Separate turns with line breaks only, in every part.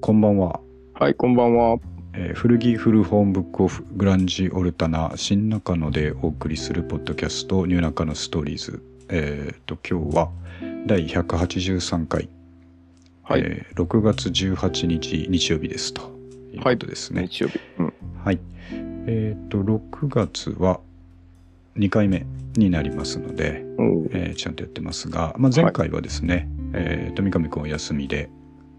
こんばんは、
はい、こんばんは。
えー古着古本ブックオフグランジオルタナ新中野でお送りするポッドキャストニューナカのストーリーズえっ、と今日は第183回、
はい、
えー6月18日日曜日ですということですね
日曜日。うん。
はい、えっ、と6月は2回目になりますので、
おう
えーちゃんとやってますが、まあ、前回はですね、えーと三上君お休みで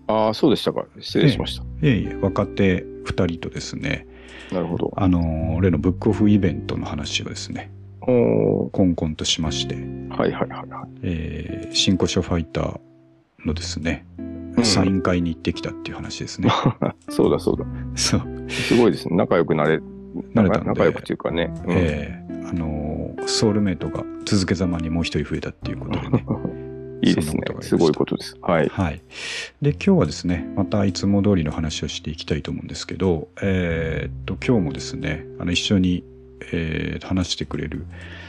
ああ、そうでしたか。失礼しました。
いえいえ若手2人とですね
なるほど。
あのー例のブックオフイベントの話をですね
お
コンコンとしまして、
ーはいはいはいはい。
えー新古書ファイターのですね
うん
サイン会に行ってきたっていう話です ね。
そうだそうだ。
そう、
すごいですね。仲良くなれ、
慣れ
仲
たんで
仲良くっていうかね。うん
えーあのーソウルメイトが続けざまにもう一人増えたっていうことでね。
いいです
そん
ね
なことがありました
すごいことです。はい。
はい、で今日はですねまたいつも通りの話をしていきたいと思うんですけど、えーっと今日もですねあの一緒に、えー話してくれる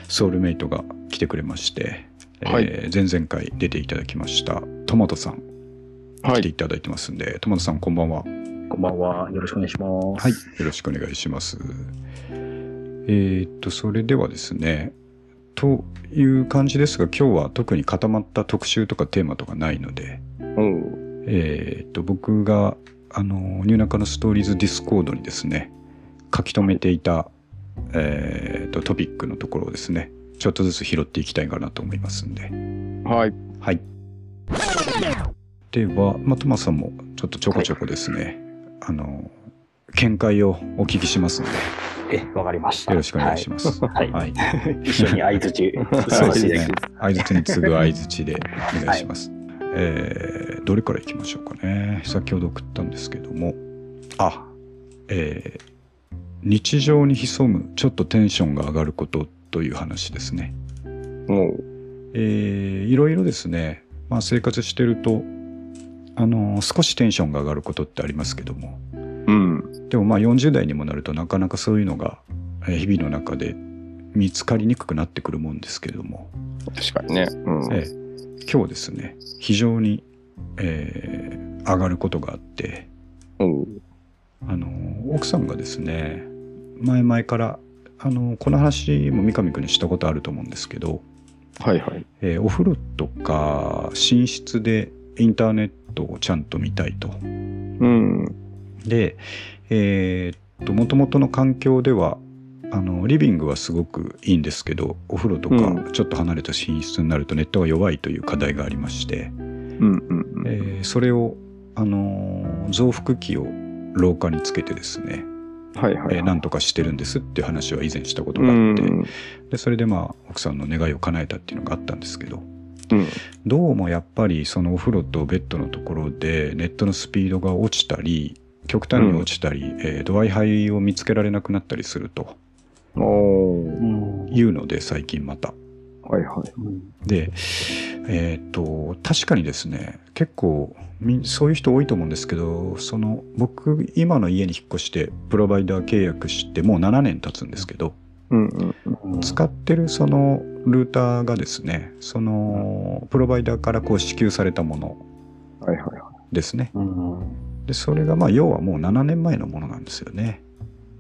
ソウルメイトが来てくれまして、えー
はい
前々回出ていただきましたトマトさん
は
来て
い。
いただいてますんで、トマトさんこんばんは、は
こんばんは。よろしくお願いします。
い、よろしくお願いします。えーっとそれではですねという感じですが今日は特に固まった特集とかテーマとかないので。
おう
えーっと僕があのニューナカのストーリーズディスコードにですね書き留めていた、えーっとトピックのところをですねちょっとずつ拾っていきたいかなと思いますんで
はい。
はいでは、まあ、トマさんもちょっとちょこちょこですね、あの見解をお聞きしますのでよ
え、わかりました。
ろしくお願いします
は。
はいい、
はい、 一緒に相 づち。そうですね。
相づちに次ぐ相づちでお願いします。えーどれからいきましょうかね。先ほど送ったんですけども、あ、えー日常に潜むちょっとテンションが上がることという話ですね。
おう
えーいろいろですね、まあ、生活してると、あの少しテンションが上がることってありますけども、
うん。
でもまあ40代にもなるとなかなかそういうのがえー日々の中で見つかりにくくなってくるもんですけども、
確かにね。うん。
ええ、今日ですね非常に、えー上がることがあって
おう
あの奥さんがですね前々からあのこの話も三上君にしたことあると思うんですけど、
はいはい。
えーお風呂とか寝室でインターネットをちゃんと見たいと。
うん。
でえーっともともとの環境ではあのリビングはすごくいいんですけどお風呂と
う
かちょっと離れた寝室になるとネットが弱いという課題がありまして、
うんうんうん。
えーそれを、あのー増幅器を廊下につけてですね、
はいはいはい。
えーなんとかしてるんですっていう話は以前したこと
う
があ
ん
って、
うん
でそれでまあ奥さんの願いを叶えたっていうのがあったんですけど
うん。
どうもやっぱりそのお風呂とベッドのところでネットのスピードが落ちたり極端に落ちたり、えー度合い配を見つけられなくなったりすると
おー
うん
いうので最近また。
はいはい。
で、えーっと確かにですね結構みそういう人多いと思うんですけどその僕今の家に引っ越してプロバイダー契約してもう7年経つんですけど
うんうんうん。
うん
使ってるそのルーターがですねそのプロバイダーからこう支給されたもの
はいはいはい。
ですね
うん。
でそれがまあ要はもう7年前のものなんですよね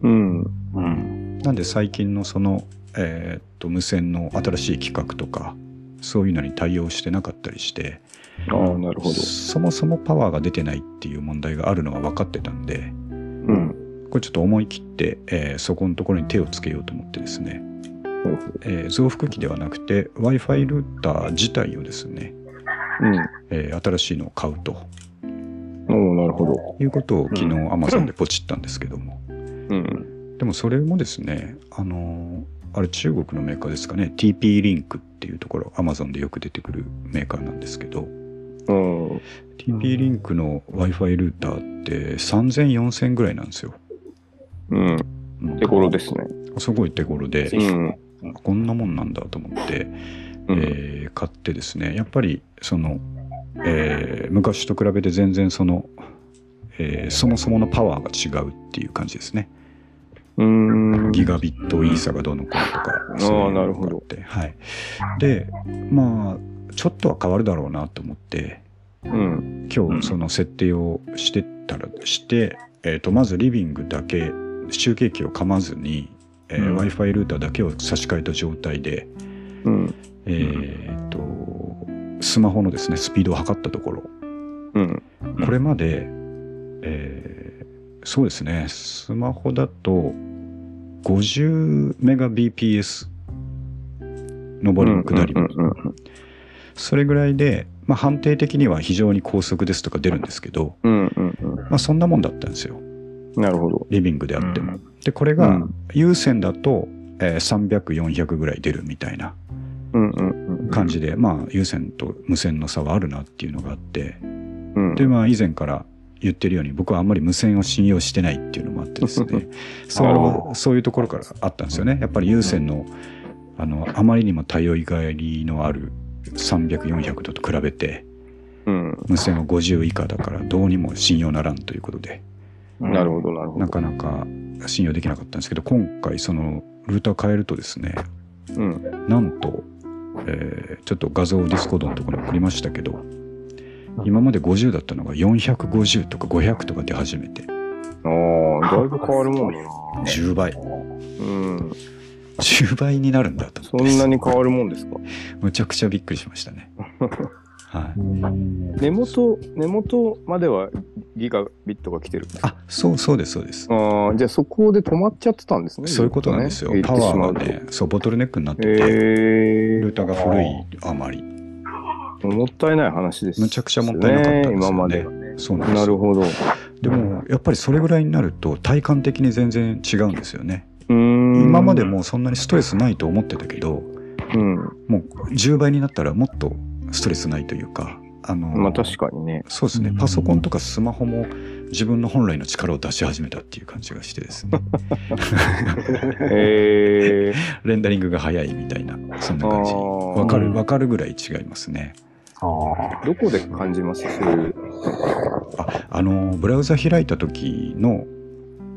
うん。
うん。
なんで最近のその、えーっと無線の新しい規格とかそういうのに対応してなかったりして
ああ、なるほど。
そもそもパワーが出てないっていう問題があるのは分かってたんで、
うん。
これちょっと思い切って、えーそこのところに手をつけようと思ってですね、
なるほど
えー増幅器ではなくて Wi-Fi ルーター自体をですね、
うん。
えー新しいのを買うと
おーなるほ
い
ど。
うことを昨日
う
Amazon でポチったんですけども、
うん。
でもそれもですね、あのーあれ中国のメーカーですかね、TP リンクっていうところ、Amazon でよく出てくるメーカーなんですけど、
うん。
TP リンクの Wi-Fi ルーターって3000、4000ぐらいなんですよ。
うん。
うん
手頃ですね。
すごい手頃で、
うん。
こんなもんなんだと思って、
うん。
えー買ってですねやっぱりその、えー昔と比べて全然その、えーそもそものパワーが違うっていう感じですね
うん。
ギガビットイーサがどうのこうのとか、
うん
そういう
あーな
の
る
が
ほ
あっ
ど
てはいでまあちょっとは変わるだろうなと思って
うん。
今日その設定をしてったらして、えーとまずリビングだけ集計機を噛まずに、え
うん
w i f i ルーターだけを差し替えた状態で、
うん
えーとスマホのですねスピードを測ったところ
うん
うん
これまで、えーそうですねスマホだと 50Mbps 上りも下りも、
うん
それぐらいで、まあ、判定的には非常に高速ですとか出るんですけど、
うんうん
まあ、そんなもんだったんですよ
うんなるほど
リビングであっても。
う
でこれ
う
が
ん
有線だと、えー300400ぐらい出るみたいな
うんうん
感じで、まあ有線と無線の差はあるなっていうのがあって
うん
でまあ以前から言ってるように僕はあんまり無線を信用してないっていうのもあってですねそれはそういうところからあったんですよねやっぱり有線のあのあまりにも頼りがりのある300400と比べて
うん
無線は50以下だからどうにも信用ならんということで
なる
ほ
ほどなるほ
な
ど
かなか信用できなかったんですけど今回そのルーター変えるとですね
うん
なんと、えーちょっと画像をディスコードのところに送りましたけど今まで50だったのが450とか500とか出始めて
ああだいぶ変わるもんだな
10倍
うん
10倍になるんだと
そんなに変わるもんですか
むちゃくちゃびっくりしました ねはい
ど。
根元根元まではギガビットが来てるんですか
あそうそうですそうです
ああじゃあそこで止まっちゃってたんですね
そういうことなんですよ、
ずっと
パ
ね
ワー
言
が
ってしまう
ねそうボトルネックになって
と
て、
へえ
ルーターが古いあまり
もったいない話です、ね。
むちゃくちゃもったいなかったんですよね
今までは。
そうなんです
なるほど。う
でもやっぱりそれぐらいになると体感的に全然違うんですよね
ーん。
今までもうそんなにストレスないと思ってたけど
うん。
もう10倍になったらもっとストレスないというかあの、
まあ確か にね。
そうですねパソコンとかスマホも自分の本来の力を出し始めたっていう感じがしてですね
え
レンダリングが早いみたいなそん
ー、
な感じ
あ
わ
あ。
かるわかるぐらい違いますね
あ
どこで感じますそういう。
ああのブラウザ開いた時の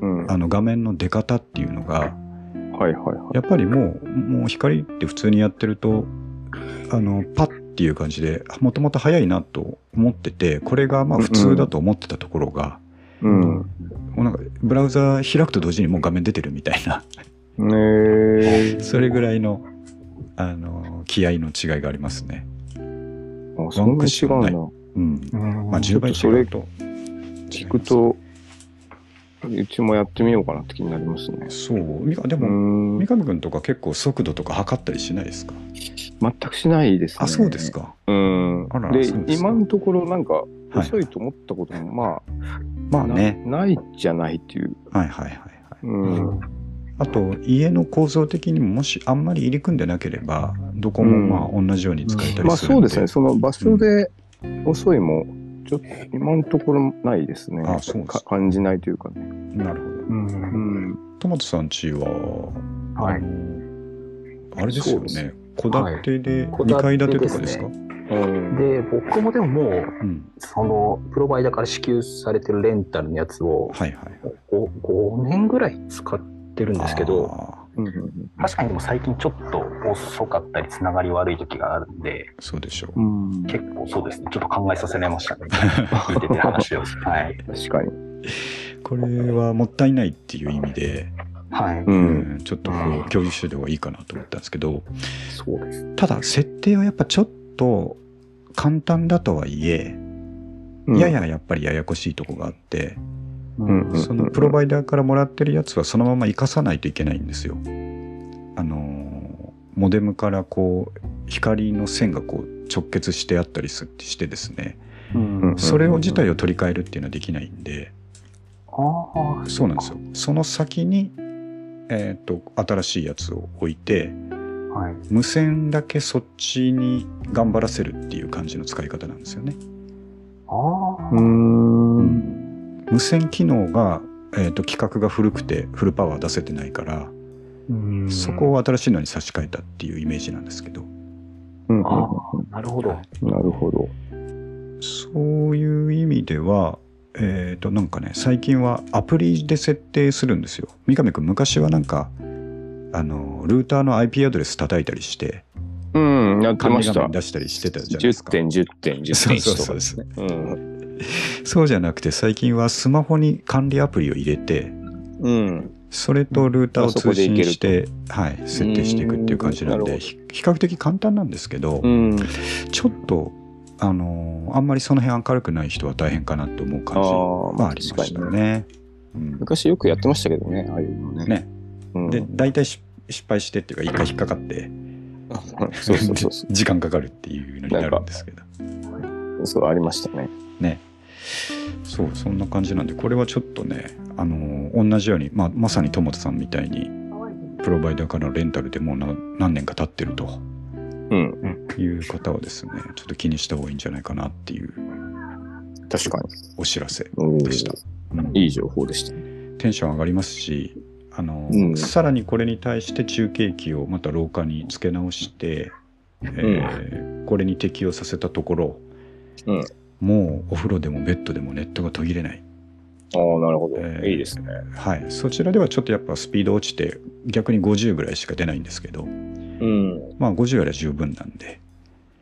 うん。は
あの画面の出方っていうのが
いはいは
やっぱりもう、もう光って普通にやってると、あの、パッっていう感じで、もともと早いなと思ってて、これがまあ普通だと思ってたところが、
い。うん。
もうなんかブラウザ開くと同時にもう画面出てるみたいな、
えー、
それぐらいの、あの、気合の違いがありますね。
あそんな違うんだ。
うん。
あ
まあ10倍
ちょっとそれ
違うと。
聞くと、うちもやってみようかなって気になりますね。
そう。みかで
うー
も、
ん
三上くんとか結構速度とか測ったりしないですか
全くしないですね。
あ、そうです。か。
うん。
あら
で
そうですか
今のところなんか
はい
遅。いと思ったこともまあ、
まあね。
なないじゃないっていう。
はいはいはいはい。
うん。
あと家の構造的にももしあんまり入り組んでなければどこもまあ同じように使えた
ま
り
あ
する
そ
ん
う
で、
ですね、その場所で遅いも、ちょっと今のところないですね。
あそうです
か感じないというかね。
なるほど
うん。
トマトさんちは、
はい
あのあれですよ
そう
ね戸建てで
はい
2階建てとかですか、
戸
うん
で、僕もでももう、
うん
その、プロバイダーから支給されてるレンタルのやつを
はいはい
5、5年ぐらい使ってるんですけど、
あー
うん
確かにもう最近ちょっと遅かったり、つながり悪い時があるんで、
そうでしょう、
うん。
結構そうですね、ちょっと考えさせられまし たね。聞いてて話を。はい。
確かに。
これはもったいないっていう意味で、
はい。
う。
うんちょっとこう共有しておいた方がいいかなと思ったんですけど
そうです。
ただ設定はやっぱちょっと簡単だとはいえ、やややっぱりややこしいとこがあって、
うん、うん。
そのプロバイダーからもらってるやつはそのまま生かさないといけないんですよ。あのーモデムからこう光の線がこう直結してあったりすしてですね
うん
それを自体を取り替えるっていうのはできないんで
ああ、
そうなんですよその先に、えー、と新しいやつを置いて
はい。
無線だけそっちに頑張らせるっていう感じの使い方なんですよね。
ああ、
うん。
無線機能が、えー、と規格が古くてフルパワー出せてないから
うん
そこを新しいのに差し替えたっていうイメージなんですけど、
うん。
ああ、なるほど。
なるほど。
そういう意味では、えっ、と、なんかね、最近はアプリで設定するんですよ。三上くん、昔はなんか、あの、ルーターの IP アドレス叩いたりして、
うん。やって
管
ま
理
し
画
た
面。出したりしてたじゃないです
10
か。
点、10点、10点
そうそうそう
1とかですね。うん。
そうじゃなくて最近はスマホに管理アプリを入れて、
うん。
それとルーターを通信して、はい、設定していくっていう感じなん
うーんなるほど
で、ひ比較的簡単なんですけど、
うん。
ちょっと、あのーあんまりその辺明るくない人は大変かなと思う感じは
あ
ありました。ね。うん
昔よくやってましたけどね、ああいうのね。
ね
うん。
で、大体し失敗してっていうか、一回引っかかって、
そうそうそうそ
時間かかるっていうのになるんですけど。
う。そう、ありましたね。
ね。そう、そんな感じなんで、これはちょっとね、あのー同じように、まあ、まさに友田さんみたいに、プロバイダーからのレンタルでもう何何年か経ってると
うん。
いう方はですね、ちょっと気にした方がいいんじゃないかなっていう
確かに。
お知らせ
うん
でした。うん
いい情報でした。
テンション上がりますし、あの
うん
さらにこれに対して中継機をまた廊下に付け直して、えーこれに適用させたところ、
うん
もうお風呂でもベッドでもネットが途切れない、
ああ、なるほど。
えー
いいですね。
はい、そちらではちょっとやっぱスピード落ちて逆に50ぐらいしか出ないんですけど、
うん。
まあ、50よりは十分なんで、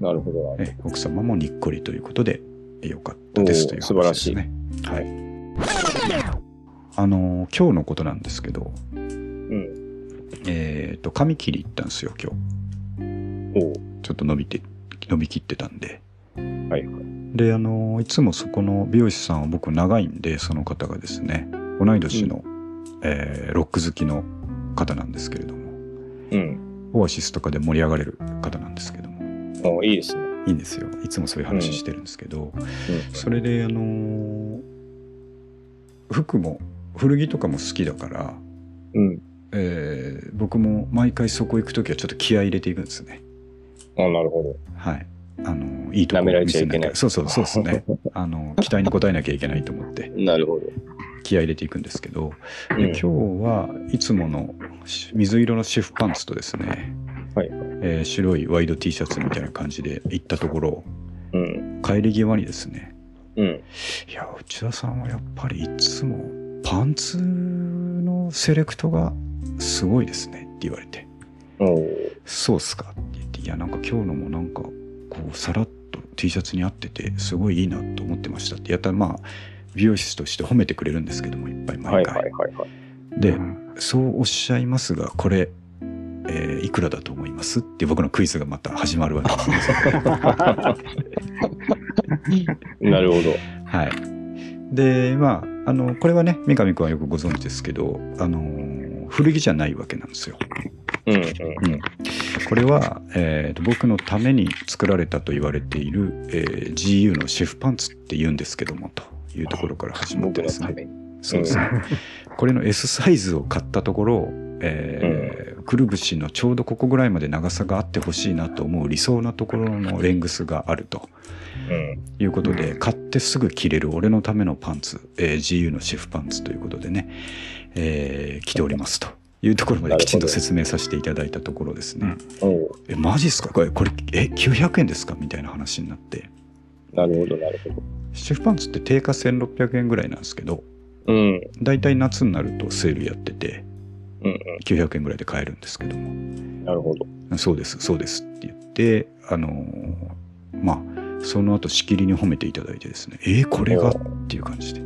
なるほどな。
え奥様もにっこりということでよかったですという
おー
話ですね。はいあのー今日のことなんですけど、
うん。
えっ、と、髪切り行ったんですよ、今日。
おう
ちょっと伸びて、伸びきってたんで。
はいはい。
で、あの、いつもそこの美容師さんは僕長いんで、その方がですね、同い年の、えーロック好きの方なんですけれども、
うん。
オアシスとかで盛り上がれる方なんですけども、
おういいですね。
いいんですよ。いつもそういう話してるんですけど、それで、あのー服も、古着とかも好きだから、
うん。うん。
えー僕も毎回そこ行くときはちょっと気合い入れていくんですね。
あなるほど。
はい。あの、いいとこ
舐められちゃいけない
見せそうそう、そう ですね。あの、期待に応えなきゃいけないと思って、
なるほど。
気合い入れていくんですけど、
う
で
ん
今日はいつものし水色のシェフパンツとですね、
はい
えー白いワイド T シャツみたいな感じで行ったところ、
うん。
帰り際にですね、
うん。
いや、内田さんはやっぱりいつもパンツのセレクトがすごいですねって言われて、
おう
そうっすかって言って、いや、なんか今日のもなんか、こう、さらっと T シャツに合ってて、すごいいいなと思ってましたって、やったらまあ、美容室として褒めてくれるんですけども、いっぱい
は
毎
い
回。
はいはいはい。
で、そうおっしゃいますが、これ、えーいくらだと思いますって僕のクイズがまた始まるわけですね。
なるほど。
はい。で、まあ、あの、これはね、三上君はよくご存知ですけど、あのー、古着じゃないわけなんですよ。
うん。うん。
これは、えーと僕のために作られたと言われている、えー GU のシェフパンツって言うんですけどもというところから始まって
僕
で
の
す
た
ね。
めに。
そうですね。これの S サイズを買ったところ、えーくるぶしのちょうどここぐらいまで長さがあってほしいなと思う理想なところのレングスがあると
うん。
いうことで、買ってすぐ着れる俺のためのパンツ、えー GU のシェフパンツということでね、えー着ておりますというところまできちんと説明させていただいたところですね。
おう
えマジっすかこれこれえ900円ですかみたいな話になって
なるほど、なるほど。
シェフパンツって定価1600円ぐらいなんですけど
うん。
だいたい夏になるとセールやってて
うん。
900円ぐらいで買えるんですけども
うん。なるほど。
そうですそうですって言ってあのーまあその後しきりに褒めていただいてですねえーこれがっていう感じで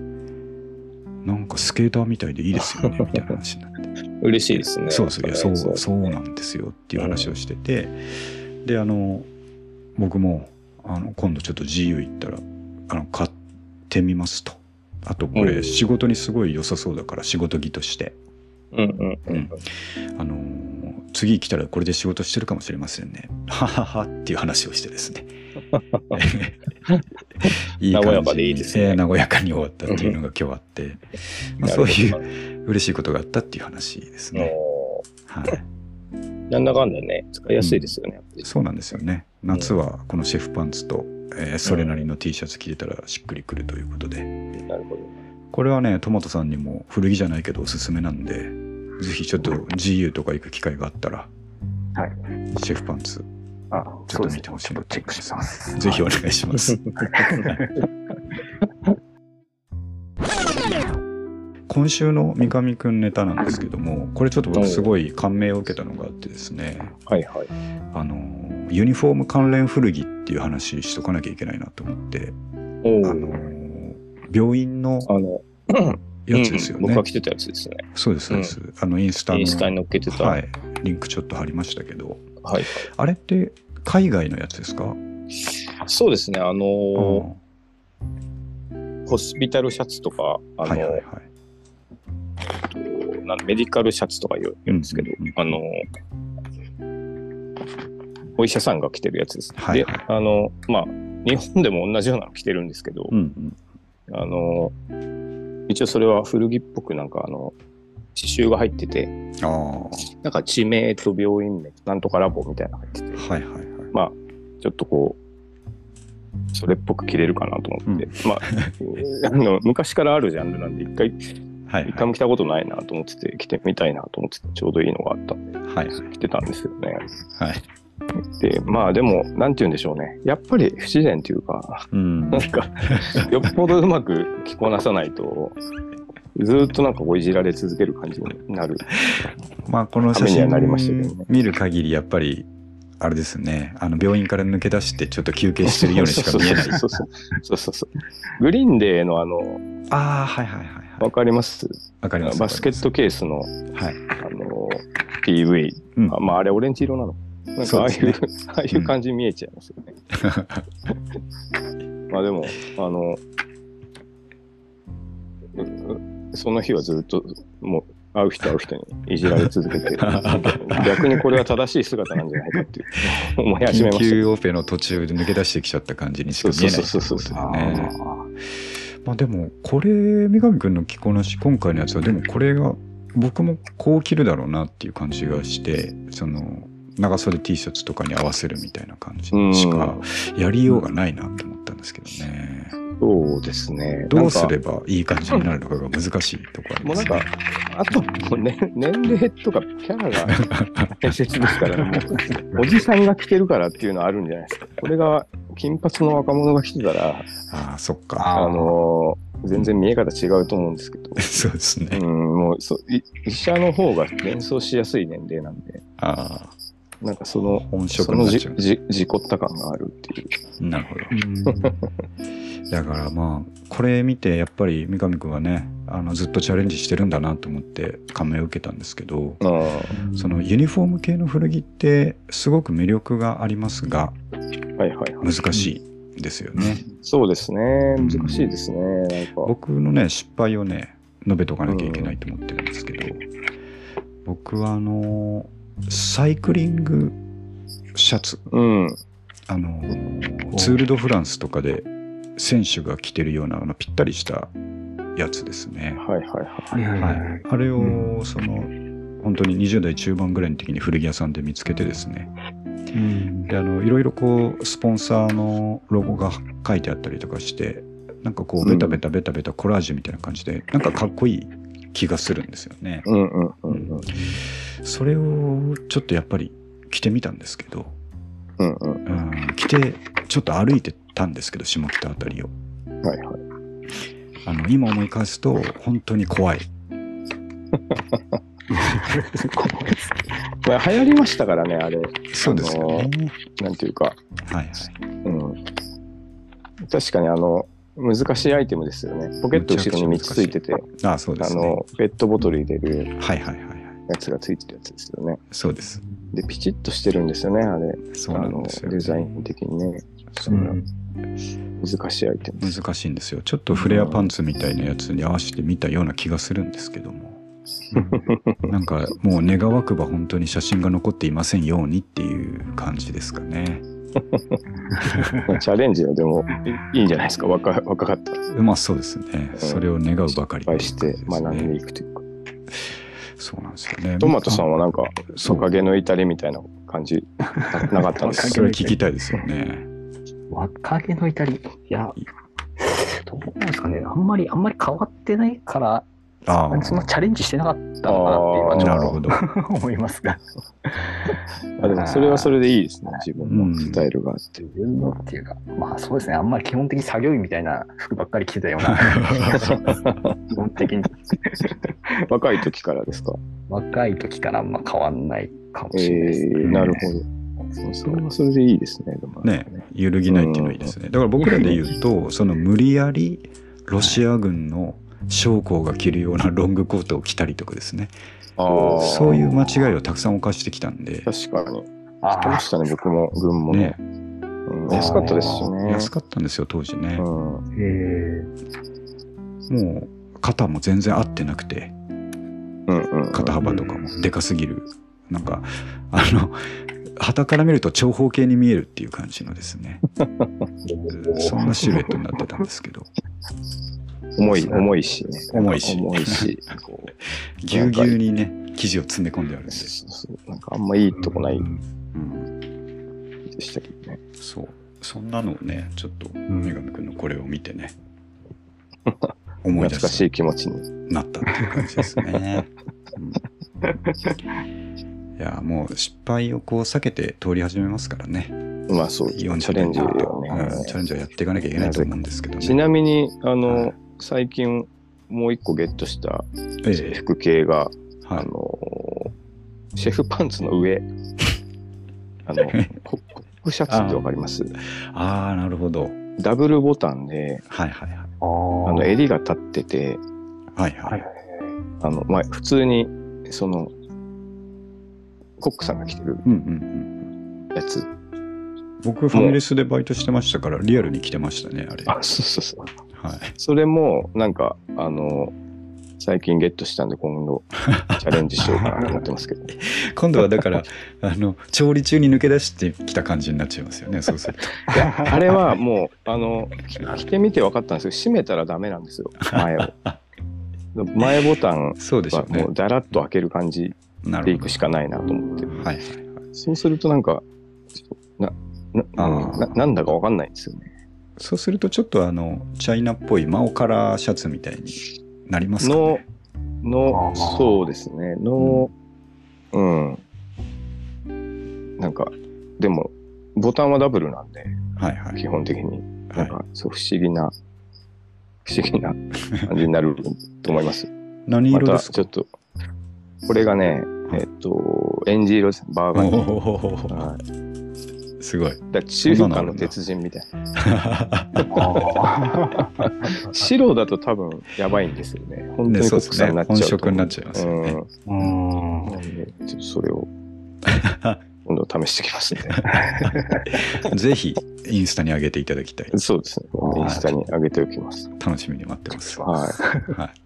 なんかスケーターみたいでいいですよねみたいな話になって
嬉しいですね。
そうそういやそうそう
う。
なんですよっていう話をしてて、であの僕もあの今度ちょっと GU 行ったらあの買ってみますとあとこ
う
れ
ん
仕事にすごい良さそうだから仕事着として
うんうんうん。
あの次来たらこれで仕事してるかもしれませんねはははっていう話をしてです ねい感じ
和やかでいいですね
えー和やかに終わったっていうのが今日あって、まあ、そういう嬉しいことがあったっていう話ですね、
も
はい。
う、なんだかんだね、使いやすいですよね、やっぱり
そうなんですよね。夏はこのシェフパンツと、えーそれなりの T シャツ着てたらしっくりくるということで、
なるほど。
これはね、トマトさんにも古着じゃないけどおすすめなんで、ぜひちょっと GU とか行く機会があったら、
はい
シェフパンツ、
あ
ちょっと見てほしい
ちょっとチェックします。
ぜひお願いします。今週の三上くんネタなんですけども、これちょっと僕すごい感銘を受けたのがあってですね、
はいはい。
あの、ユニフォーム関連古着っていう話しとかなきゃいけないなと思って、
お
あ
う
の病院の
あの、
やつですよ
うん
ね
僕が。来てたやつですね。
そうです、そうです。あの、インスタの。
インスタに載っけてた。
は
はい。
い。リンクちょっと貼りましたけど。
はい、
あれって、海外のやつですか
そうですね。あのー
うん
ホスピタルシャツとか、あの
はい
ー
はいはい。
なんメディカルシャツとか言う言うんですけど、
うんうんうん
あのお医者さんが着てるやつですね。
はい
であのまあ日本でも同じようなの着てるんですけど、
うんうん。
あの一応それは古着っぽくなんかあの刺繍が入ってて
ああ。は
なんか地名と病院名なんとかラボみたいなの入ってて
いはいはい。
ちょっとこうそれっぽく着れるかなと思って、まあ あの昔からあるジャンルなんで一回
はい
一
は
回
い。
も着たことないなと思ってて着てみたいなと思っててちょうどいいのがあったんで
はいはい。
着てたんですよね。
はい。
でまあでもなんて言うんでしょうねやっぱり不自然っていうか
うん
な。んかよっぽどうまく着こなさないとずーっとなんかこういじられ続ける感じになる
まあ、この写
ために
真
はなりましたけどね
見る限り、やっぱり、あれですね。あの、病院から抜け出して、ちょっと休憩してるようにしか見えない。
そうそうそうそうそうそうグリーンデーのあの
ああ、はいはいはいはい。
わかります
わかります。
バスケットケースの
ト。はい。
あの PV、
うん
あまああれオレンジ色なのなんかああいう
そうで
ああいう感じに見えちゃいますよ ね、まあでもあのううその日はずっともう会う人会う人にいじられ続 けて逆にこれは正しい姿なんじゃないかっていう思い始め
緊
まし
急オペの途中で抜け出してきちゃった感じにしか見えないってことですよね。まあでもこれ三上君の着こなし今回のやつはでもこれが僕もこう着るだろうなっていう感じがしてその長袖 T シャツとかに合わせるみたいな感じしかやりようがないなと思ったんですけどね。
たそうですね
どうす
なんか
ればいい感じになるのかが難しいところあり
も
ま
うな
す
ん
ね
か。あともう、ね、 年齢とかキャラが大切ですから、 ね、もうおじさんが着てるからっていうのはあるんじゃないですか。これが金髪の若者が着てたら、
ああそっ
あ
か。
あのー全然見え方違うと思うんですけど、
そうです
う
ね。
ん、もうそうい医者の方が連想しやすい年齢なんで、
ああ
なんかその、
本職
そ
に
の
なっ
じ
ちゃう。
じ事故った感があるっていう。
なるほど。だからまあこれ見てやっぱり三上君はねあのずっとチャレンジしてるんだなと思って感銘を受けたんですけど
う
そのユニフォーム系の古着ってすごく魅力がありますが
ん、はいはいはい。
難しいですよね。
そうですね。難しいですね。なんか。
僕のね失敗をね述べとかなきゃいけないと思ってるんですけど僕はあのサイクリングシャツ
うん。
あのーツール・ド・フランスとかで選手が着てるようなあのぴったりしたやつですね。
はいはいはい。
はいはい
は
はいい。、
あれをその本当に20代中盤ぐらいの時に古着屋さんで見つけてですねであのいろいろこうスポンサーのロゴが書いてあったりとかしてなんかこうベタベタベタベタコラージュみたいな感じでなんかかっこいい気がするんですよね。
うんうんうんうん。
それをちょっとやっぱり着てみたんですけど、
うんう
う
ん。
ん、着てちょっと歩いてたんですけど下北あたりを
はいはい。
あの今思い返すと本当に怖い
まあ流行りましたからね、あれ。
そうですよね
なんていうか。
はいはい
うん、確かにあの難しいアイテムですよね。ポケット後ろに3つついてて、
あそうで
あ
すね
のペットボトル入れる
はいはいはいはい
やつがついてるやつですよね。
そうです
で、ピチッとしてるんですよね、あれ。
そう
あ
なん
の
ですよ
デザイン的にね。
そう
うん難しいアイテムです。
難しいんですよちょっとフレアパンツみたいなやつに合わせてみたような気がするんですけどもなんかもう願わくば本当に写真が残っていませんようにっていう感じですかね
チャレンジはでもいいいんじゃないですか、若若かったら。いっ
まあそうですねそれを願うばかり
ぱいし
っ
て
ていう
学
感じです
んで
ね
いくというか。
そうなんですよね
トマトさ
あ
んはなんか、
そ
ト
う
カゲの至りみたいな感 じなかったんです
そ
か
れ聞きたいですよね
若気の至り、いや、どうなんですかね、あんまり、あんまり変わってないから、
ああ
そんなチャレンジしてなかったのかなって
な
今
る
ちょ
ほど
っと 思いますが。
あでもそれはそれでいいですね、自分のスタイルがあって。
自分のっていうか、まあそうですね、あんまり基本的に作業着みたいな服ばっかり着てたような、基本的に
若い時からですか
若い時からあんま変わんないかも
え
しれないですね。
ー、なるほど。そうそれはそれでいいですね。でも
ね揺るぎないっていうのはいいですね。だから僕らで言うと、その無理やりロシア軍の将校が着るようなロングコートを着たりとかですね
ああ。
そういう間違いをたくさん犯してきたんで、
確かに。
あ
ありま
あ
したね、僕も、軍もね
ね。、
うん安かったですしね。
安かったんですよ当時ね、
うん
へえ
もう肩も全然合ってなくて
うんうん。
肩幅とかもでかすぎる、なんかあの旗から見ると長方形に見えるっていう感じのですねそんなシルエットになってたんですけ ど
重い、重いしね。
重いし
重 いし。こう
ぎゅうぎゅうにね生地を詰め込んであるんで、
そうそうなんかあんまいいとこない
うん、
でしたけどね。
そうそんなのをねちょっと女神くんのこれを見て ね思い出
懐か
し
しい気持ちに。
なったっていう感じですね。うん、いやもう失敗をこう避けけて通り始めますからね
まあそう、チ
40
ャレンジ
年間
をね。
うん、チャレンジはやっていかなきゃいけないと思うんですけど
ち
ね。
なみに、あ
は
の
い、
最近、もう一個ゲットした
ええ
服系が、
は
あ
い、
のーシェフパンツの上、あ の、ポッポップシャツってわかります
ああなるほど
ダブルボタンで、
はいはいはい
あ
あの、
の
襟が立ってて、
はいはい
あの、まあ、普通に、その、コックさんが着てる
うんうんうん
やつ。
僕ファミレスでバイトしてましたからリアルに着てましたねあれ
あ、そうそうそう。
はい
それも、なんか、あの、最近ゲットしたんで、今 度、チャレンジしようかなと思ってます けど。
今度はだから あの調理中に抜け出してきた感じになっちゃいますよねそうすると
いやあれはもう、あの、着てみて分かったんですけど、閉めたらダメなんですよ、前 を。前ボタン
そうでしょ
は
うね
もう、だらっと開ける感じ
な
で
る
い
ほ
く
ど
しかないなと思って。
はいはいはい
そうすると、なんか、ちょっとな、
あ
な
ー
ななんだか分かんないんですよね。
そうするとちょっとあのチャイナっぽいマオカラーシャツみたいになりますか
の
ね。、
の
あ、ー
そうですね。の、うん。なんか、でも、ボタンはダブルなんで、
はいはい
基本的に。な
は
ん
い。
か、そう、不思議な、不思議な感じになると思 います。
何
ま
色
た、
です
ち
か
ょっと、これがね、
はい
えっと、エンジ色です。バーガーに。
おー
はい
すごい。
だから中華の鉄人みたいな。白だと多分やばいんですよね。本当
ね
に
そう
国
ですね
産になっちゃ
本
うと思う。
色になっちゃいますよね
うん
うん
なんで、ちょっとそれを、今度試してきますね。
ぜひインスタに上げていただきたい。
そうですね。インスタに上げておきます。
楽しみに待ってます。は。
はい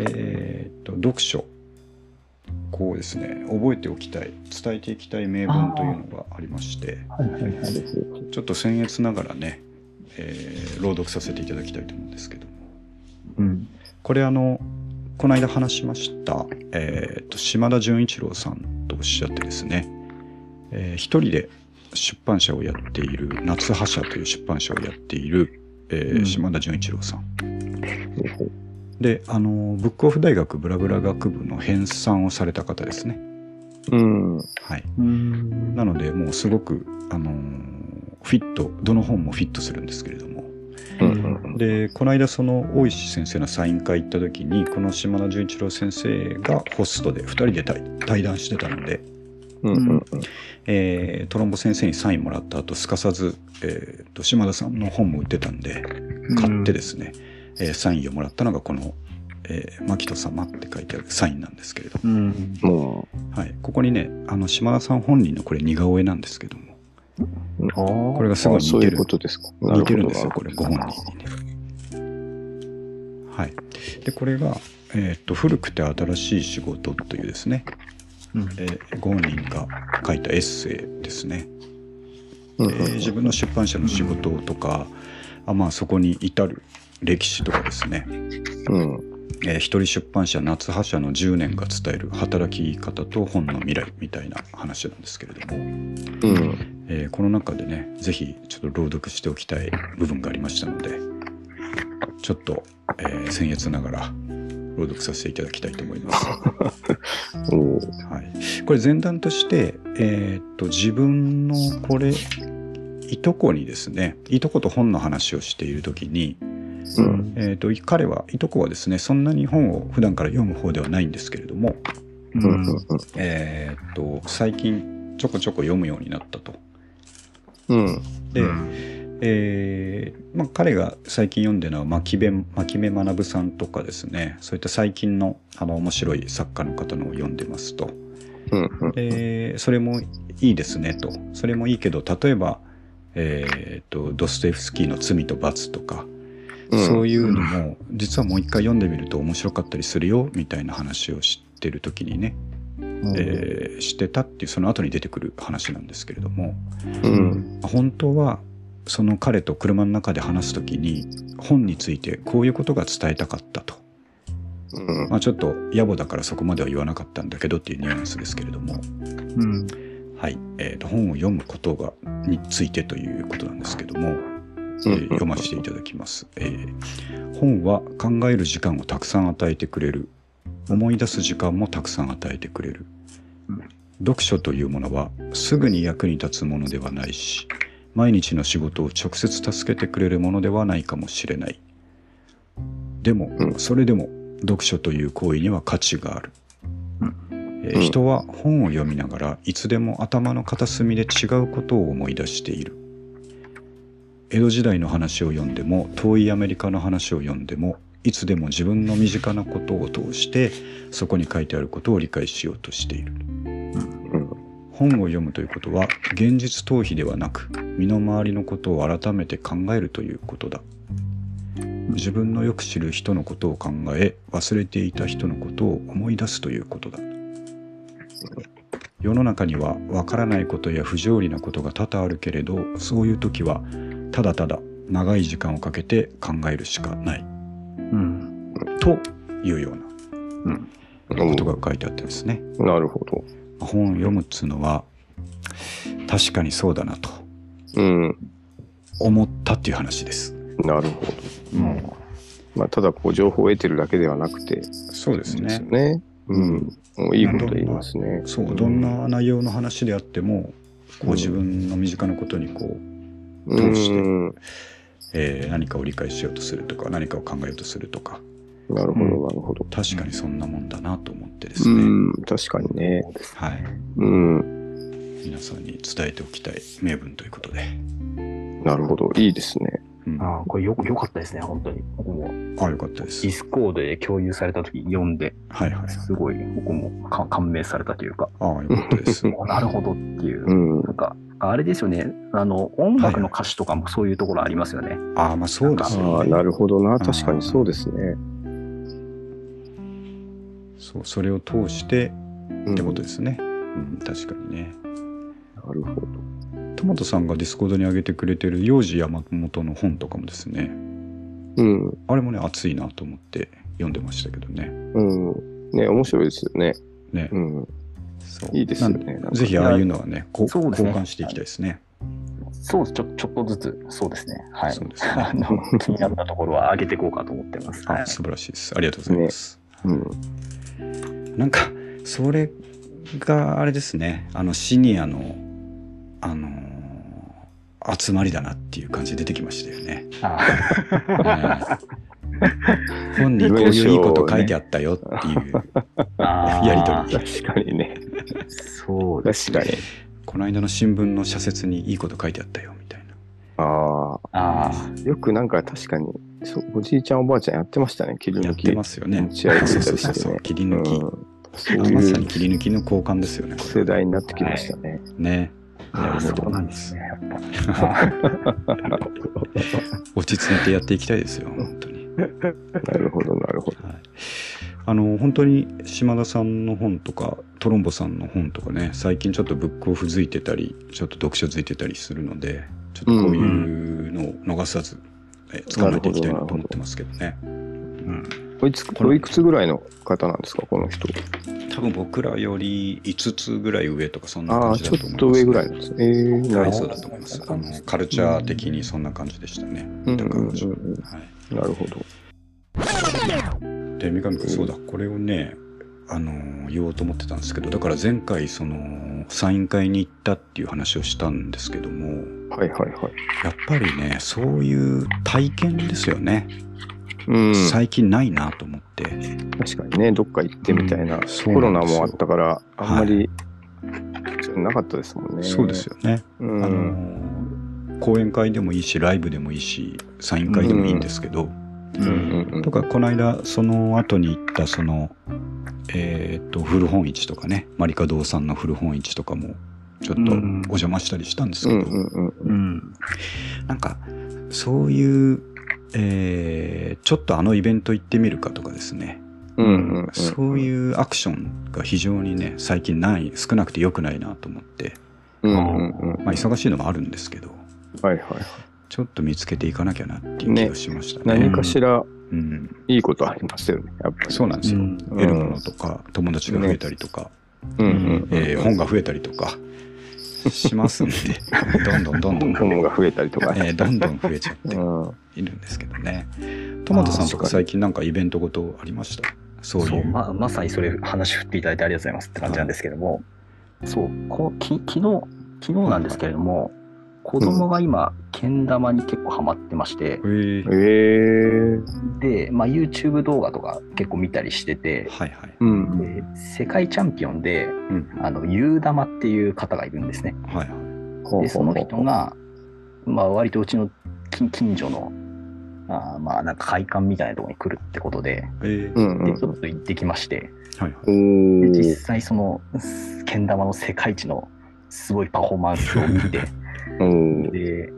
えーっと読書。こうですね覚えておきたい伝えていきたい名文というのがありまして
い。ぜひ
ちょっと僭越ながらね、えー朗読させていただきたいと思うんですけども。
うん
これあのこの間話しました、えーと島田純一郎さんとおっしゃってですね、えー一人で出版社をやっている夏葉社という出版社をやっている、えー
うん
島田純一郎さん
ぜひ
であのブックオフ大学ブラブラ学部の編纂をされた方ですね、
うん。
はい、
うん
なのでもうすごく、あのフィットどの本もフィットするんですけれども
うん
でこの間その大石先生のサイン会行った時にこの島田純一郎先生がホストで2人で対対談してたので、
うんうんうん
えートロンボ先生にサインもらった後すかさず、えーと島田さんの本も売ってたんで買ってですね、えーサインをもらったのがこの「えー、牧人様」って書いてあるサインなんですけれども、
うん
も
はい、ここにねあの島田さん本人のこれ似顔絵なんですけども
う、
これがす
あ
ごい
そ
似て
ういう
る
ことですか。
似てるんですよ
な
これ
ほ
ご
ど
本人にね。はい、でこれが、えーっと「古くて新しい仕事」というですね、
うん
えーご本人が書いたエッセイですね、
うん
えー自分の出版社の仕事とか、あまあ、そこに至る歴史とかですね、
うん
えー一人出版社夏葉社の10年が伝える働き方と本の未来みたいな話なんですけれども。
うん
えーこの中でねぜひちょっと朗読しておきたい部分がありましたのでちょっと、えー、僭越ながら朗読させていただきたいと思います、 は
おー
い、これ前段として、えーっと自分のこれいとこにですねいとこと本の話をしている時に、
うん
えーっと彼はいとこはですねそんなに本を普段から読む方ではないんですけれども、
う
うん
ん
えーっと最近ちょこちょこ読むようになったと。
うんうん
で、
うん
えーまあ、彼が最近読んでるのは牧部牧部学さんとかですねそういった最近のあの面白い作家の方のを読んでますと、
うんうん。
えーそれもいいですねとそれもいいけど例えば、えーとドストエフスキーの「罪と罰」とか、
うん
そういうのも実はもう一回読んでみると面白かったりするよみたいな話を知ってる時にね、えーしてたっていうその後に出てくる話なんですけれども。
うん。
本当はその彼と車の中で話す時に本についてこういうことが伝えたかったと、
うん。
まあ、ちょっと野暮だからそこまでは言わなかったんだけどっていうニュアンスですけれども、
うん。
はいえーと本を読むことがについてということなんですけども、えー読ませていただきます、えー本は考える時間をたくさん与えてくれる思い出す時間もたくさん与えてくれる
うん
読書というものはすぐに役に立つものではないし毎日の仕事を直接助けてくれるものではないかもしれないでも、
うん
それでも読書という行為には価値がある、
うん
えー
うん
人は本を読みながらいつでも頭の片隅で違うことを思い出している江戸時代の話を読んでも遠いアメリカの話を読んでもいつでも自分の身近なことを通してそこに書いてあることを理解しようとしている
うん
本を読むということは現実逃避ではなく身の回りのことを改めて考えるということだ自分のよく知る人のことを考え忘れていた人のことを思い出すということだ世の中にはわからないことや不条理なことが多々あるけれどそういう時はただただ長い時間をかけて考えるしかない
うん。
というような
うん。
うん
ことが書いてあってですね
なるほど。
本を読むっつうのは確かにそうだなと
うん。
思ったっていう話です。
なるほど。
も
まあ、ただこう情報を得てるだけではなくて、
そうです
です。ね。うん。いいこと言いますね。
そうどんな内容の話であってもこう自分の身近なことにこう、
うん
通して
うん
えー何かを理解しようとするとか何かを考えようとするとか
なるほど、なるほど。
確かにそんなもんだなと思ってです
う
ね、
ん、確かにね。
はい、
うん、
皆さんに伝えておきたい名分ということで、
なるほど、いいですね。
うん
う、ああ、これよ、よかったですね、本当に。僕も、
あよかったです
ディスコードで共有された時読んで、
はいはいはい
すごい、僕もか感銘されたというか、
あよかった です
あなるほどっていうう。
ん、
なんか、あれですよね、あの、音楽の歌詞とかもそういうところありますよね。
あまあそうで
あ
す
あ
よ
ー、
ね
なるほどな、確かにそうですね。
そうそれを通して
うん
ってことですね、うん、確かにね
なるほど。
トマトさんがディスコードに上げてくれてる幼児山本の本とかもですね
うん、
あれもね熱いなと思って読んでましたけどね
うん、ね、面白いですよね。
ね、
うん、
そう
いいですよ
なん
ね。なんか
ぜひああいうのはねこう
そうですね
交換していきたいですね、
そうですちょ、ちょっとずつ、そうですね。はい。
そう ですね
あの気になったところは上げていこうかと思ってます。はい
あ素晴らしいですありがとうございます、
うん、
なんかそれがあれですねあのシニアのあのー集まりだなっていう感じ出てきましたよね。
あ
うん本にこういういいこと書いてあったよっていう、
あ
やりとり
確かにね、
そうです。
確かに。
この間の新聞の社説にいいこと書いてあったよみたいな。
あ
ああ。
あ、よくなんか確かに、そうおじいちゃん、おばあちゃんやってましたね、切り
やっ
抜き。
てますよね。
試合出たり
そう
して
そう
ね
そうそう切り
う
抜
ん
き、
そう
まさ
い
に
う
切り抜きの交換ですよね。これ
世代になってきましたね。
ね。
ああ
なるほど
そうなんですね、やっぱ。あ
落ち着いてやっていきたいですよ本当に。
なるほど、なるほど。
はい、あの本当に島田さんの本とかトロンボさんの本とかね最近ちょっとブックオフ付いてたりちょっと読書付いてたりするのでちょっとこういうのを逃さず、え捕まえていきたいなと思ってますけどね。うん、
おいつくおいくつぐらいの方なんですか、この人。
多分僕らより5つぐらい上とかそんな
あ
感
あ、
じだ
ち
と
ょ
思います、
っと上ぐらいなんですね。えー、な
は
る
い、
ほ
そう
ど
だ。と思いますあの。カルチャー的にそんな感じでしたね。
うん
だからはい
うんなるほど。
で三上君そうだこれをねあのー言おうと思ってたんですけどだから前回そのサイン会に行ったっていう話をしたんですけども
はいはいはい。
やっぱりねそういう体験ですよね、
うん、
最近ないなと思って
確かにね、どっか行ってみたいな、
うんそう
コロナもあっ
か
たから、あんまり、なかったですもんね。
そうですよね、
うん。
あの
うん
ー講演会でもいいしライブでもいいしサイン会でもいいんですけど、
う
う
ん
ん
うんうん
とかこの間その後に行ったそのえーっと古本市とかねマリカ堂さんの古本市とかもちょっとお
うん
邪魔したりしたんです
う
けど、
んうんうん
うん
なんかそういう、えーちょっとあのイベント行ってみるかとかですね、
うんうん
そういうアクションが非常にね最近ない少なくて良くないなと思って、
うんうんうん
まあ、忙しいのもあるんですけど
はいはい
ちょっと見つけていかなきゃなっていう気がしましたね。
何かしら
うん、
いいことありますよねやっぱり
そうなんですよ、
うん
得るものとか友達が増えたりとか、
うんうん
えー本が増えたりとかしますんでどんどんどんどん、
本が増えたりとか
えーどんどん増えちゃっ
う
て
ん
いるんですけどね。トマトさんとか最近なんかイベントごとありましたそう
そ
いうう。
ままさにそれ話振っていただいてありがとうございますって感じなんですけども、そうこき昨日昨日なんですけれども、子供が今けん玉に結構ハマってまして、
え
えー
で、まあ、YouTube 動画とか結構見たりしてて、
はいはい。
うん
で世界チャンピオンで
うん
あのゆうだまっていう方がいるんですね
はいはい。
ほうほうほう
でその人が、まあ、割とうちの近近所のあーまあなんか会館みたいなところに来るってことで
え
うんうん
でちょっと行ってきまして、
はいはい。
お
で
ー
実際そのすけん玉の世界一のすごいパフォーマンスを見て
おー
で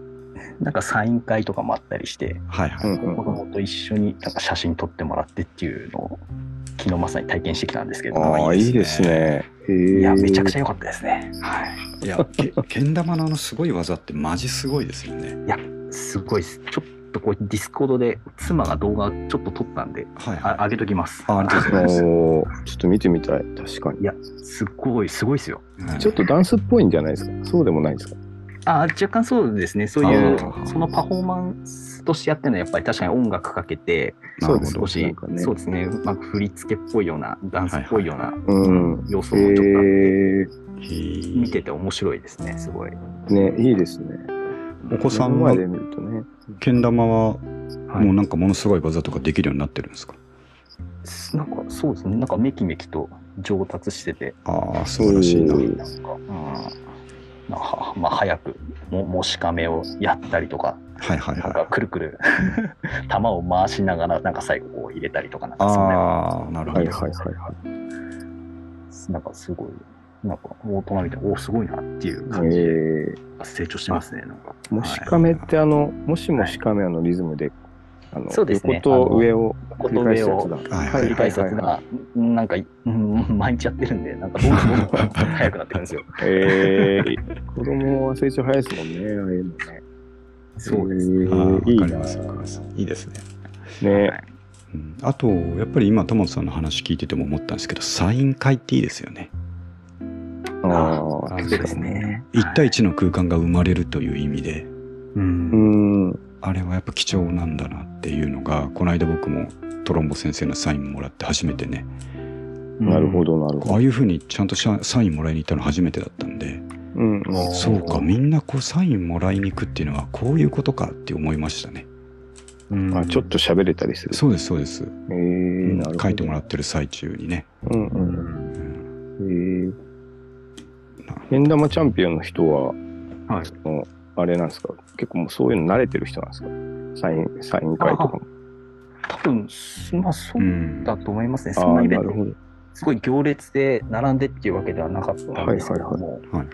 なんかサイン会とかもあったりして
はいは
うん
い。
うん
子供と一緒になんか写真撮ってもらってっていうのを昨日まさに体験してきたんですけど
ああいいですねへー
いやめちゃくちゃ良かったですねはい
いや、けけん玉のあのすごい技ってマジすごいですよね。
すごいですちょっとこうディスコードで妻が動画をちょっと撮ったんで
はい
あ
は
上げときます
あありがとうございます
おーちょっと見てみたい確かに
いやすっごいすごいですよ
いはい。
ちょっとダンスっぽいんじゃないですかそうでもないですか
あ若干そうですねそういう
あー
そのパフォーマンスとしてやってるのはやっぱり確かに音楽かけて
なるほど
少し、
なんかね
そうですね、まあ、振り付けっぽいようなダンスっぽいような
うん
要素
へ
もちょっとあって
え
見
見てて面白いですねすごい。
ねいいですね
お子さん
目の
は
前で見るとね
けん玉は
はい
もうなんかものすごい技とかできるようになってるんですか、
なんかそうですねなんかめきめきと上達してて
ああ素晴らしいな。
う
は
ん
い
なんか、うんなんかはまあ、早くももしかめをやったりとか
はいはい
なん。かくる くる球を回しながらなんか最後こう入れたりとかなんかそんな
ああ、なるほ
はい
ど。
はいはいは
なんかすごいなんか大人みたいなおすごいなっていう
い
感じで
えー
成長してますねなんか
もしかめってあの、もしもしかめあのリズムで、あの
そうですね
横と上を
こ
繰
と
り返
上
すや
を
つだ。
はいは
繰
い
り返すやつがなんか、うん、毎日やってるんでなんかどんどんどんどん早くなってくるんですよ
えー、子供は成長早いですもんね、ああいうのね。
ね
え
あーわ
ー、いい
かり
な
ますわかります。いいですね。
ね。
うんあと、やっぱり今、トマトさんの話聞いてても思ったんですけど、サイン会っていいですよね。
あ
あ
あ、
ー
そうですね
1対1の空間が生まれるという意味で、
う
うんん。
あれはやっぱ貴重なんだなっていうのが、この間僕もトロンボ先生のサインもらって初めてね、
なるほ
ど
ど、なる
あ
ほ
あ
ど。
いうふうにちゃんとシャサインもらいに行ったの初めてだったんで、
うん。
おー
そうか、みんなこうサインもらいに行くっていうのはこういうことかって思いましたね。
あちょっと喋れたりする。
そうです、そうです。
え
う
ー
ん
なるほど。
書いてもらってる最中にね。
うんう。
うんん
えー
なるほど
けん玉チャンピオンの人は、
はい
そのあれなんですか結構もうそういうの慣れてる人なんですかサイン、サイン会とかも。
多分まあそう
うん
だと思いますね、
あ
そんな
あー、
イベ
な
ン
る
ト
ほど。
すごい行列で並んでっていうわけではなかったんですけども、
はいはい。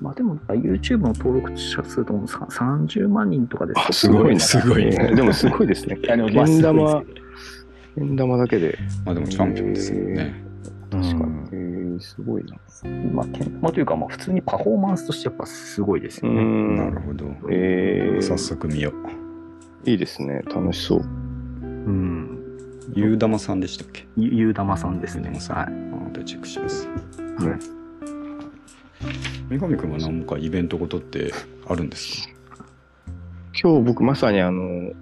まあでもなんか YouTube の登録者数ともさ30万人とかです
あ
と
すごいね
すごいね
えーでもすごいですね。
い やでも
けん玉
まあすごいで
けん玉だけで。
まあでもチャンピオンですよね。
す
確かに。
うん
えー、すごいな。
まあ、けんまあというかまあ普通にパフォーマンスとしてやっぱすごいです
う
よね。
ん。
なるほど。
え
早
ー、
速見よう。
いいですね。楽しそう。
うん
ゆうだまさんでしたっけ
ゆゆうだまさんですね。
ゆうだまさん
はい
あでチェックします。
ね
はい
三上君は何かイベントごとってあるんですか
今日僕まさにあの、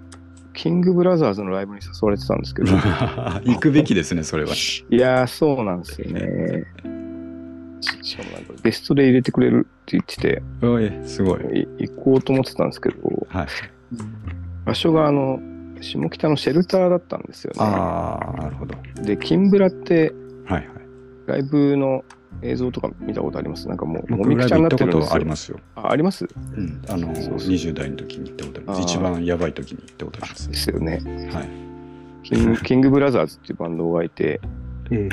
キングブラザーズのライブに誘われてたん ですけど、
行くべきですね、それは。
いやー、そうなんですよね。しかもなんかベストで入れてくれるって言ってて、
おい、すごい。
い行こうと思ってたんですけど、
はい。
場所があの、下北のシェルターだったんですよね。
ああ、なるほど。
で、キンブラって
はいはい。
ライブの映像とか見たことありますなんかもう、も
僕
み
ラ
く
イ
ち
ブ
ゃ
行
にな
っ
ったて
こ
るんで
と
す
あり
よ。
ますよ。
あありますで
うん、あの
そうそう
20代の時に行ったことあります。
あー
一番やばい時に行ったことあります。
すよね。
はい。
キ ングキングブラザーズっていうバンドがいて、
え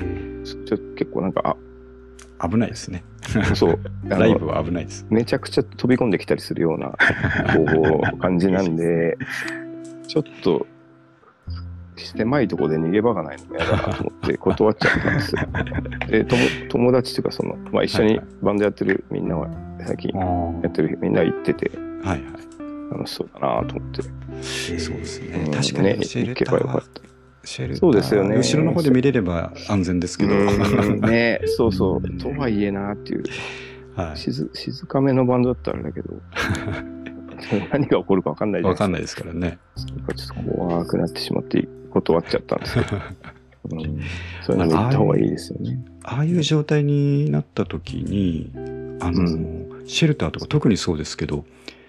ちょっと結構なんか、
危ないですね。
あ、そう、 あ
ライ
の
ブは危ないです。
めちゃくちゃ飛び込んできたりするようなこう感じな んで、ちょっと狭いとこで逃げ場がないのも嫌だなと思って断っちゃったんですよ。で、とも友達というかその、まあ、一緒にバンドやってるみんなは最近
あー
やってるみんな行ってて
はいはい。
楽しそうだなと思って、
そうです
う
ね
ん。
確かにシェ
行
ル
け
タ
ばよ
ー
かっ
は
た。
シェルター
そうですよね
後ろの方で見れれば安全ですけ ど。
うんね、そうそう、とはいえなっていう、
はい。
静静かめのバンドだったらあれだけ ど、何が起こるか分かんないじゃ
わ
ないです
か
か。
んないですからね。
なんかちょっと怖くなってしまって断っちゃったんですけ ど、うんそういうのも言った方がいいですよね。
ああいう状態になった時に、あの、シェルターとか特にそうですけど、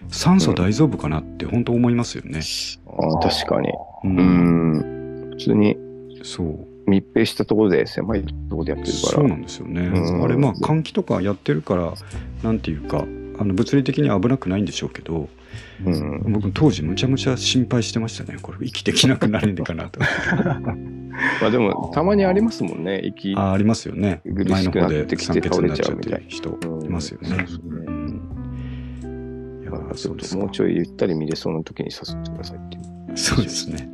酸素大丈夫かなって本当思いますよね。
ああ確かに。
うん
うん。普通に
そう。
密閉したところで狭いところでやってるか
そう
ら。
なんですよね、
うん
あれまあ換気とかやってるからなんていうかあの物理的には危なくないんでしょうけど
うん、
僕当時むちゃむちゃ心配してましたねこれ生きてきなくなるんかな と
まあでも、たまにありますもんね、息。
あありますよね
苦
前
し
の
く
方
なっ
で
てき
酸
て
欠
倒
に
れ
なっ
ち
ちゃ
ゃ
う
う
っ
み
て
た
いう
い。
人
うん
いますよ
そう
ね
で、すね
うん、いや
まあ
ー
ち
そ
ょっ
うで
と
す
もう
か
ちょいゆったり見れそうな時に誘ってくださ いっていう。
そうですね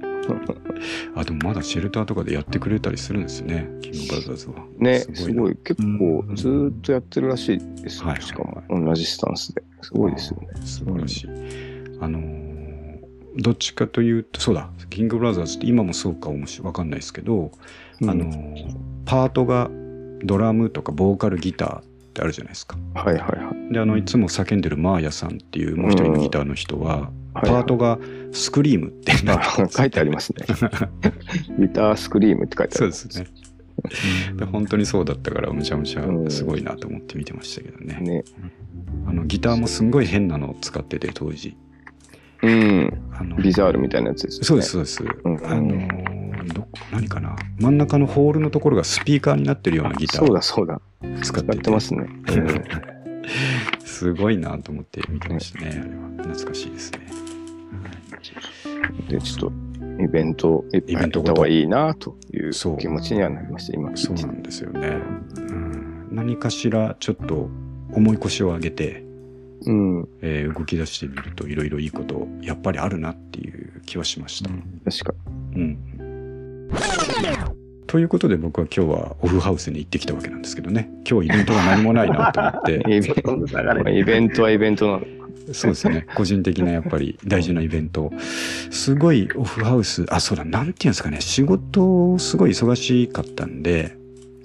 あでもまだシェルターとかでやってくれたりするんですねキングブラザーズは
ね、す
な
ごい、結構
うん
ずーっとやってるらしいですよ
はいはいはい
しかも、同じスタンスで。すごいですよね。
素晴らしい。あのーどっちかというとそうだキングブラザーズって今もそうかもしわかんないですけど、あのーパートがドラムとかボーカルギターってあるじゃないですか。
はいはいはい。
であのいつも叫んでるマーヤさんっていうもう一人のギターの人は、
はい
パ
はい
ートがスクリームってなっ
あ
てるんです
書いてありま すね。ギタースクリームって書いてあ
そう
り
で
ます。
すね。で本当にそうだったからむちゃむちゃすごいなと思って見てましたけどね。
ね。
あのギターもすんごい変なのを使ってて当時。
うん。
あの
ビザールみたいなやつです、ね。
そうです。そうです。
ん
あのーど何かな真ん中のホールのところがスピーカーになってるようなギタ
そう
ー
だそうだ。
を使っ
使
て
っててますね。うん
すごいなと思って見てましたね。あれは懐かしいですね。
で、ちょっとイベントいっぱい行った方がいいなという
そう
気持ちにはなりました、今。
そうなんですよね。うん、何かしらちょっと重い腰を上げて、
うん。
えー動き出してみるといろいろいいことやっぱりあるなっていう気はしました。
確か。
うん。ということで僕は今日はオフハウスに行ってきたわけなんですけどね今日イベントが何もないなと思 って
イベ
ー、そんな流
まあ
れ
イベントはイベントなの。
そうです ね。個人的なやっぱり大事なイベント。すごいオフハウス、あ、そうだ、なんていうんですかね、仕事すごい忙しかったんで、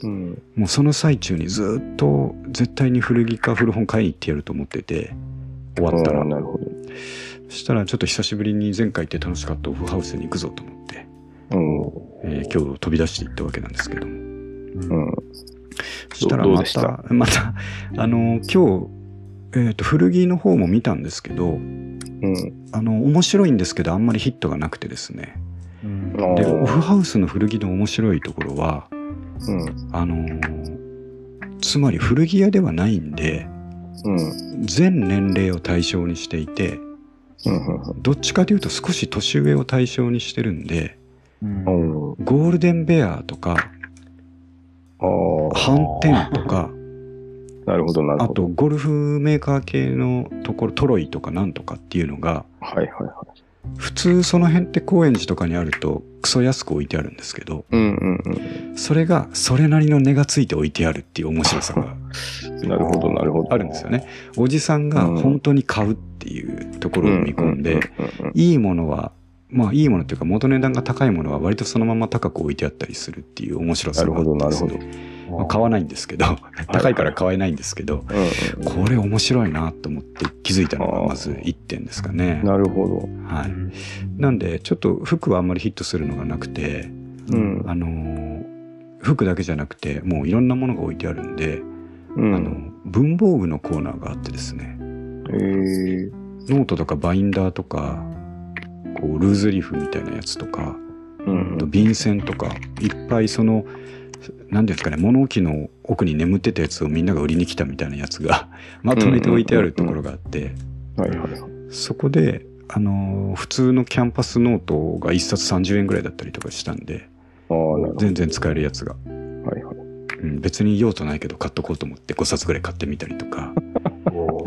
うん。
もうその最中にずっと絶対に古着か古本買いに行ってやると思ってて、終わった
あ
ら
あ、。なるほど。
そしたらちょっと久しぶりに前回行って楽しかったオフハウスに行くぞと思って、
うん。
えー今日飛び出して行ったわけなんですけども。
うん。
そしたら
どう
ま、
でした
また、あの、今日、えっ、と、古着の方も見たんですけど、
うん。
あの、面白いんですけど、あんまりヒットがなくてですね。
うん
あ
でオフ
ー
ハウスの古着の面白いところは
うん。
あのーつまり古着屋ではないんで
うん。
全年齢を対象にしていて
うん
どっちかというと少し年上を対象にしてるんで
うん
うん。うん。
ゴールデンベアとか
ああ、
反転とか
なるほど、なる
あ
ほど。
とゴルフメーカー系のところトロイとかなんとかっていうのが
はいはいはい。
普通その辺って高円寺とかにあるとクソ安く置いてあるんですけど
うんうんうん。
それがそれなりの値がついて置いてあるっていう面白さが
なるほど、なるほど。
あるんですよね。おじさんが本当に買うっていうところを見込んで、
うんうん
いいものは、まあいいものっていうか元値段が高いものは割とそのまま高く置いてあったりするっていう面白さがあってです
なる
ね。まあ買わないんですけど、高いから買えないんですけど、
うんうん
これ面白いなと思って気づいたのがまず1点ですかね。
なるほど。
はい。なんで、ちょっと服はあんまりヒットするのがなくて、
うん。
あのー服だけじゃなくて、もういろんなものが置いてあるんで、
う
あの
ん。、
文房具のコーナーがあってですね、
えー
ノートとかバインダーとか、こう、ルーズリーフみたいなやつとか、
うん
と便箋とか、いっぱいその、何ですかね、物置の奥に眠ってたやつをみんなが売りに来たみたいなやつ がまとめて置いてあるところがあって、
はいはい。
そこで、あのー普通のキャンパスノートが1冊30円ぐらいだったりとかしたんで、
ああ、なるほど。
全然使えるやつが。
はいはい。
うん、別に用途ないけど買っとこうと思って5冊ぐらい買ってみたりとか。
お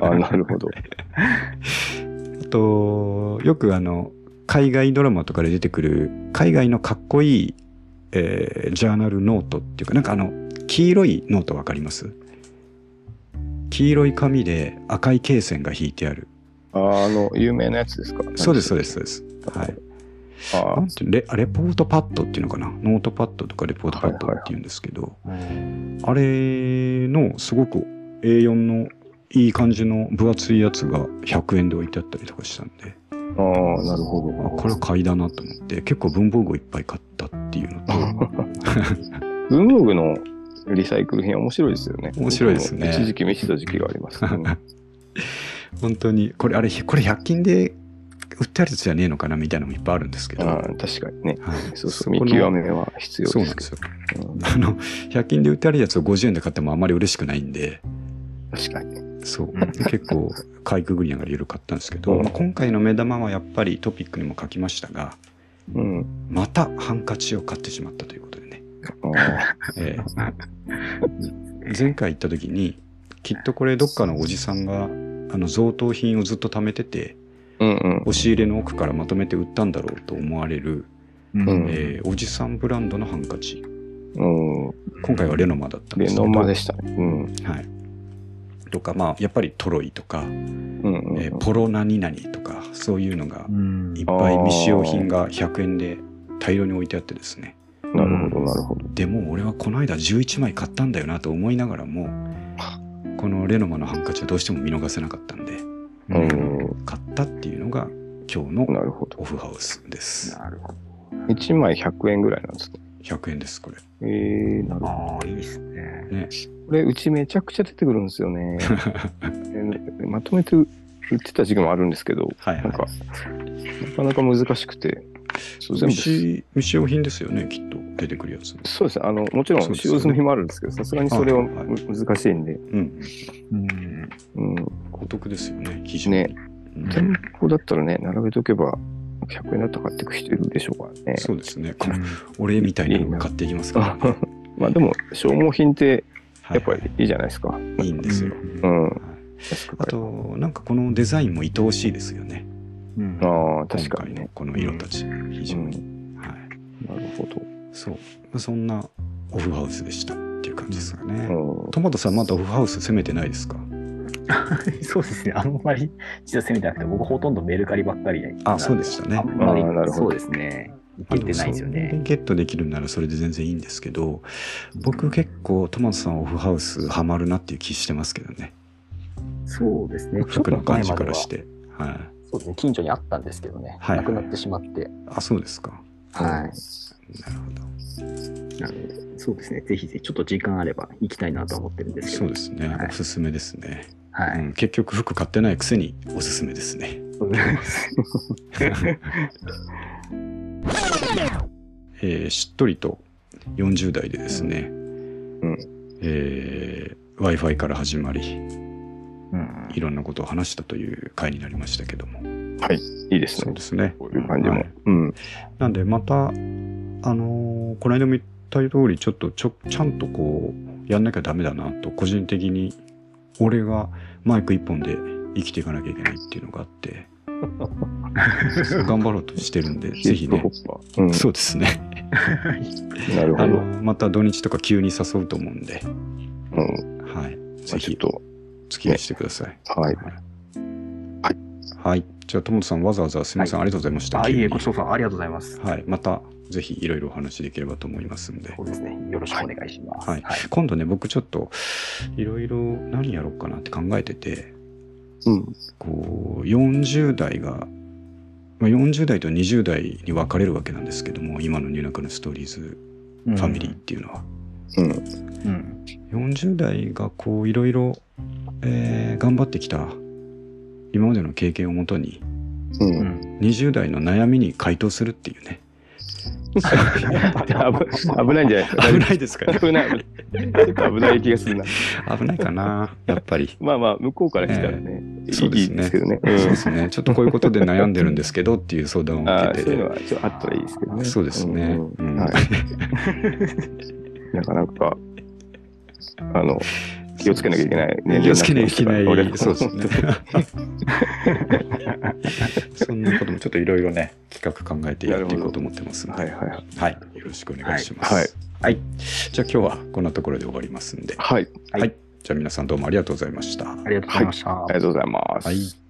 ああ、なるほど。
あと、よくあの、海外ドラマとかで出てくる、海外のかっこいい、えージャーナルノートっていうか、なんかあの、黄色いノートわかります黄色い紙で赤い罫線が引いてある。
ああ、あの、有名なやつですか
そうです、そうです、。そうです。はい。
あ
なんてレレポートパッドっていうのかなノートパッドとかレポートパッドっていうんですけど、あれのすごく A4 のいい感じの分厚いやつが100円で置いてあったりとかしたんで、
あ、ああ、なるほ
あこれは買いだなと思って結構文房具をいっぱい買ったっていうのと
ど。文房具のリサイクル品面白いですよね。
面白いですね
僕も一時期見てた時期があ ります。うん
本当にこれあれこれ100均で売ってあるやつじゃねえのかなみたいなのもいっぱいあるんですけど、
ああ
はい、
確かにね。そうそう、
こ
見
の
極めは必要
そう
で
な
す
ん
け
ですよ
ど。うん
あの100均で売ってあるやつを50円で買ってもあんまり嬉しくないんで
確かに。
そう
うん
結構かいくぐりながら緩かったんですけど、
うん
まあ、今回の目玉はやっぱりトピックにも書きましたが
うん。
またハンカチを買ってしまったということでね
あ
ええ 前回行った時にきっとこれどっかのおじさんがあの贈答品をずっと貯めてて
あ、うんうん。
押し入れの奥からまとめて売ったんだろうと思われる、
うん
えーおじさんブランドのハンカチ
うん。
今回はレノマだったんで
レ
すけど
ノマでしたね。うん。
はい、とかまあやっぱりトロイとか、
うんうんうん。
えーポロ何々とかそういうのが
うん
いっぱい未使用品が100円で大量に置いてあってですね
なるほど、なるほど。
でも俺はこの間11枚買ったんだよなと思いながらもこのレノマのハンカチはどうしても見逃せなかったんで
う
うん
ん。
買ったっていうのが今日の
なるほど。
オフハウスです
なるほど。
1枚100円ぐらいなんですね。
100円 ですこれ
えー、なるほど。
ああ、いいですね。
これ、うちめちゃくちゃ出てくるんですよね。 えまとめて売ってた時期もあるんですけど、
はい
なんか、なかなか難しくて、そう全部
未使未使用品ですよねきっと出てくるやつ
そうですね、あの、もちろ
そうんです
使
よね
用済みもあるんですけど、さすがにそれは
はいはい
む難しいんで、
うん
うん。
うん、
お得ですよね非常に、
ね
うん
店舗だったらね、並べとけば、100円だったら買ってく人いるでしょうからね。
そうですねこの俺みたいなの買っていきますから、ね、
まあでも、消耗品って
は
やっ
い
ぱりいいじゃないですか。
いいんですよ、
うん、
はい
安く
あ
買える
となんかこのデザインも愛おしいですよね
うん。
ああ、確かに
今
ね。
回のこの色たち、非常に、はい
なるほ
そう、まあ、そんなオフハウスでしたっていう感じですかね、
ど。うん
トマトさんまだオフハウス攻めてないですか
そうですね。あんまり実は攻めてなくて、僕ほとんどメルカリばっかりで。
あそうでしたね
あんまり
あーなるほ
そ
ど
うですね。いけてないですよ
あの
ね。
ゲットできるならそれで全然いいんですけど僕結構トマトさんオフハウスハマるなっていう気してますけどね
そうですね。
服の感じからし
ちょ
てはい
っと前までは。そうですね。近所にあったんですけどね。
はい
なくなってしまって。
あそうですか
はい。
なるほど
なので、そうですね。ぜひぜひ、ちょっと時間あれば行きたいなと思ってるんですけ
そ
ど。
うですね、
はい
おすすめですね、
は
う
い。
ん、結局服買ってないくせにおすすめですね
そうですね
えーしっとりと40代でですね、
ん
え w i f i から始まり
うん
いろんなことを話したという回になりましたけども
いいです
そう
ね。
ですね
こういう感じも
はい。
うん。
なんでまたあのーこの間も言った通りちょっとちょちゃんとこうやんなきゃダメだなと個人的に俺がマイク一本で生きていかなきゃいけないっていうのがあって頑張ろうとしてるん でぜひね
ヒップホッパーうん。
そうですね
なる
あ
ほ
の
ど。
また土日とか急に誘うと思うんで、
うん。
はい、
ま
ぜ
あちょっ
ひ
と、
お付き合いしてください。
はい。
はい。はい。じゃあ、ともとさん、わざわざすみません、ありがとうございました。
あ、
急
い
に
え、ごちそうさま。ありがとうございます。
はい。また、ぜひ、いろいろお話できればと思いますんで
そ。うですね。よろしくお願いします。
はい。今度ね、僕、ちょっと、いろいろ何やろうかなって考えてて、
うん。
こう、40代が、まあ、40代と20代に分かれるわけなんですけども、今のニューナカのストーリーズ
フ
ファミリーっていうのは。
うん。
ー。うん。
40代がこういろいろえー頑張ってきた今までの経験をもとに
う。
うん ん。
20代の悩みに回答するっていうね
危ないんじゃないですか。
危ないですかね。
危ない。ちょっと危ない気がするな。
危ないかな、やっぱり。
まあまあ、向こうから来たらね、い
そうですね
いですけどね。う
そうんですね。ちょっとこういうことで悩んでるんですけどっていう相談を受
ああ
け
そういうの
て。
はちょっとあったらいいですけどね。
そうですね
ん
うん
はいなかなか、あの、気をつけなきゃいけない年齢になってますから。
気をつけなきゃいけな
俺
い。
も
そうですね。 そんなこともちょっといろいろね、企画考えてやっていこうと思ってますの
はい
で、
はいはい。
はい。よろしくお願いします。
はい
はい。じゃあ今日はこんなところで終わりますんで、
はい、
はい。じゃあ皆さんどうもありがとうございました。
ありがとうございました。
ありがとうございます。
はい。